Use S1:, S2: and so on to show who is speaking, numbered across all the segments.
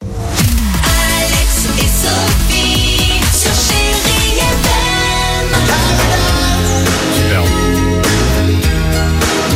S1: Alex et Sophie sur Chérie FM.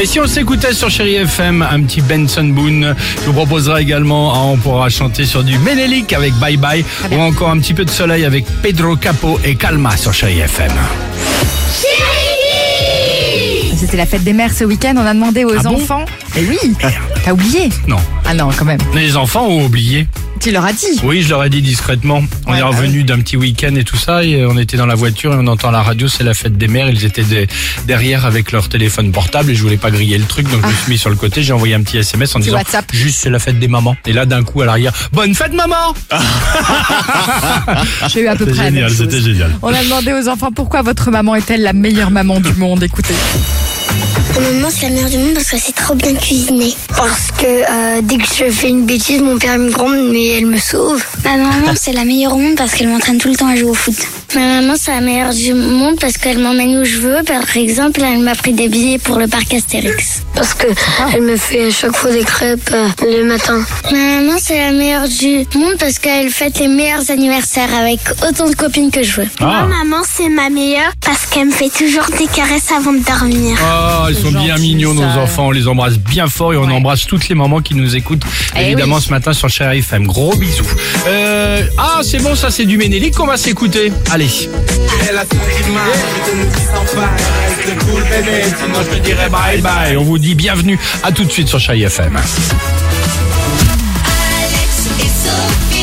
S2: Et si on s'écoutait sur Chéri FM, un petit Benson Boone, je vous proposerai également, ah, on pourra chanter sur du Ménélique avec Bye Bye, ou encore un petit peu de soleil avec Pedro Capo et Calma sur Chéri FM.
S3: C'était la fête des mères ce week-end, on a demandé aux
S2: Ah bon
S3: enfants. Mais oui T'as oublié
S2: Non,
S3: Ah non, quand même.
S2: les enfants ont oublié.
S3: Tu leur as dit
S2: Oui, je leur ai dit discrètement. On
S3: Ouais,
S2: est
S3: bah
S2: revenu d'un petit week-end et tout ça, et on était dans la voiture et on entend la radio, c'est la fête des mères. Ils étaient des- derrière avec leur téléphone portable et je voulais pas griller le truc, donc je me suis mis sur le côté, j'ai envoyé un petit SMS en disant
S3: Ah. WhatsApp.
S2: juste c'est la fête des mamans. Et là, d'un coup, à l'arrière, bonne fête maman
S3: J'ai eu à peu
S2: C'était
S3: près la
S2: Ah, génial,
S3: même chose.
S2: c'était génial.
S3: On a demandé aux enfants pourquoi votre maman est-elle la meilleure maman du monde. Écoutez.
S4: Mon maman, c'est la meilleure du monde parce que c'est trop bien cuisiné. Parce que euh, dès que je fais une bêtise, mon père me gronde, mais elle me sauve. Ma Bah, maman, c'est la meilleure au monde parce qu'elle m'entraîne tout le temps à jouer au foot. Ma Bah, maman, c'est la meilleure du monde parce qu'elle m'emmène où je veux. Par exemple, elle m'a pris des billets pour le parc Astérix. Parce que elle me fait à chaque fois des crêpes euh, le matin. Ma Bah, maman, c'est la meilleure du monde parce qu'elle fête les meilleurs anniversaires avec autant de copines que je veux.
S2: Ah.
S4: Ma maman, c'est ma meilleure parce qu'elle me fait toujours des caresses avant de dormir.
S2: Ah, ils sont
S3: gentil,
S2: bien mignons, nos
S3: ça.
S2: enfants. On les embrasse bien fort et on
S3: Ouais.
S2: embrasse toutes les mamans qui nous écoutent,
S3: Eh
S2: évidemment,
S3: oui.
S2: ce matin sur Chéri FM. Gros bisous. Euh, ah, c'est bon, ça, c'est du Ménélique qu'on va s'écouter. Allez. Sinon, je te dirais bye bye. On vous dit bienvenue. À tout de suite sur Chéri FM.
S1: Alex et Sophie.